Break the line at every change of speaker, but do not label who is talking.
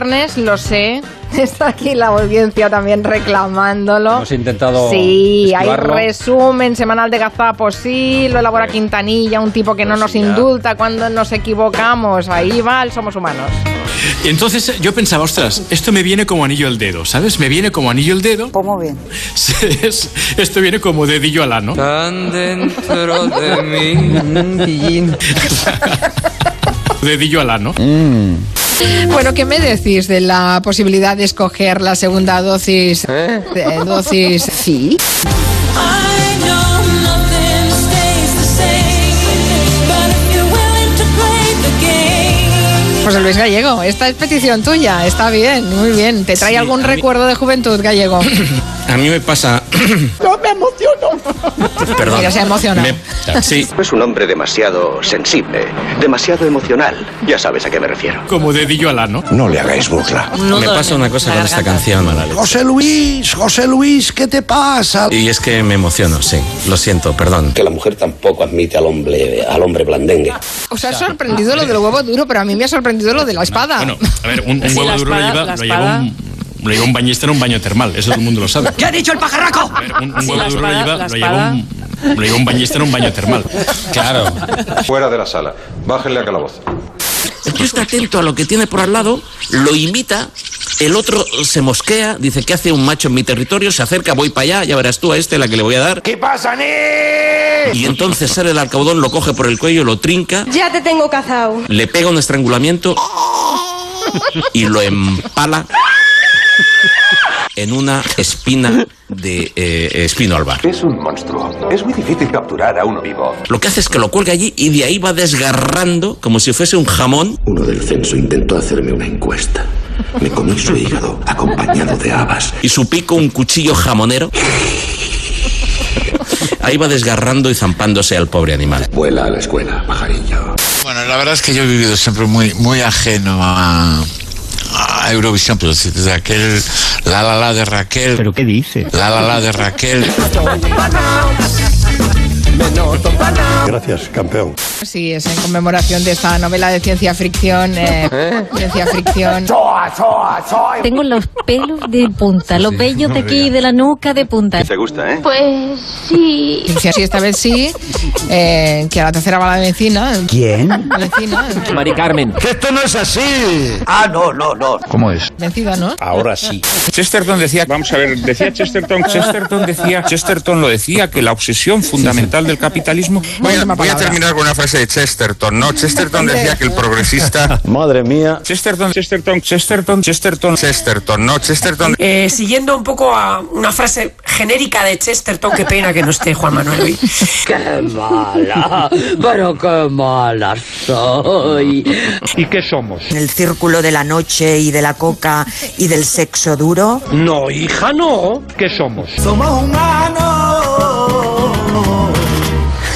viernes, lo sé. Está aquí la audiencia también reclamándolo.
Hemos intentado.
Sí, hay
esquivarlo.
resumen semanal de gazapos, sí, lo elabora Quintanilla, un tipo que no
Pues
nos
ya.
indulta cuando nos equivocamos. Ahí va el Somos Humanos.
Y entonces eh, yo pensaba, ostras, esto me viene como anillo al dedo, ¿sabes? Me viene como anillo al dedo.
Como bien.
Sí, es- esto viene como dedillo al ano.
Tan dentro de mí.
Mm, pillín.
Dedillo al ano.
Bueno, ¿qué me decís de la posibilidad de escoger la segunda dosis?
¿Eh?
de- dosis sí. José Luis Gallego, esta es petición tuya, está bien, muy bien. ¿Te trae
Sí,
algún
a mí-
recuerdo de juventud, Gallego?
A mí me pasa. Perdón.
Mira, se ha emocionado.
Me- Sí,
Es un hombre demasiado sensible, demasiado emocional. Ya sabes a qué me refiero.
como dedillo al ano.
No le hagáis burla.
Me pasa una cosa con esta canción.
José Luis, José Luis, ¿qué te pasa?
Y es que me emociono, sí. Lo siento, perdón.
Que la mujer tampoco admite al hombre, al hombre blandengue.
Os ha sorprendido
Ah,
lo del huevo duro, pero a mí me ha sorprendido lo de la espada.
Bueno, a ver, un, un huevo duro lo lleva, lo lleva un. lo lleva un bañista en un baño termal, eso todo el mundo lo sabe.
¿Qué ha dicho el pajarraco?
A ver, un, un huevo duro lo lleva, lo lleva un, lo lleva un bañista en un baño termal. Claro.
Fuera de la sala. Bájenle a calabozo.
El tío está atento a lo que tiene por al lado, lo imita, el otro se mosquea, dice, ¿qué hace un macho en mi territorio? Se acerca, voy para allá, ya verás tú a este la que le voy a dar.
¿Qué pasa, Ni?
Y entonces sale el alcaudón, lo coge por el cuello, lo trinca,
Ya te tengo cazado.
le pega un estrangulamiento y lo empala en una espina de eh, espino albar.
Es un monstruo. Es muy difícil capturar a uno vivo.
Lo que hace es que lo cuelga allí y de ahí va desgarrando como si fuese un jamón.
Uno del censo intentó hacerme una encuesta. Me comí su hígado acompañado de habas.
y su pico un cuchillo jamonero. Ahí va desgarrando y zampándose al pobre animal.
Vuela a la escuela, pajarillo.
Bueno, la verdad es que yo he vivido siempre muy, muy ajeno a, a Eurovisión, pero sí, desde Pues aquel la la la de Raquel. ¿Pero qué dice? La la la de Raquel.
Gracias, campeón.
Sí, es en conmemoración de esta novela de ciencia ficción. eh, Ciencia ficción.
Tengo los pelos de punta, los vellos de aquí, de la nuca de punta.
¿Te gusta, eh?
Pues sí.
Si así esta vez sí, eh, que a la tercera va la vecina.
¿Quién?
la Vecina,
Mari Carmen.
¡Que esto no es así! Ah, no, no, no. ¿Cómo es?
vencida, ¿no?
Ahora sí.
Chesterton decía, vamos a ver, decía Chesterton, Chesterton decía, Chesterton lo decía, que la obsesión fundamental del capitalismo.
Voy a- voy a terminar
con una frase de Chesterton, ¿no? Chesterton
decía
que el progresista.
Madre mía.
Chesterton, Chesterton, Chesterton, Chesterton, Chesterton, no, Chesterton.
Eh, siguiendo un poco a una frase genérica de Chesterton, qué pena que no esté Juan Manuel hoy.
Qué mala, pero qué mala soy.
¿Y qué somos?
El círculo de la noche y de la coca y del sexo duro.
No, hija, no. ¿Qué somos? Somos un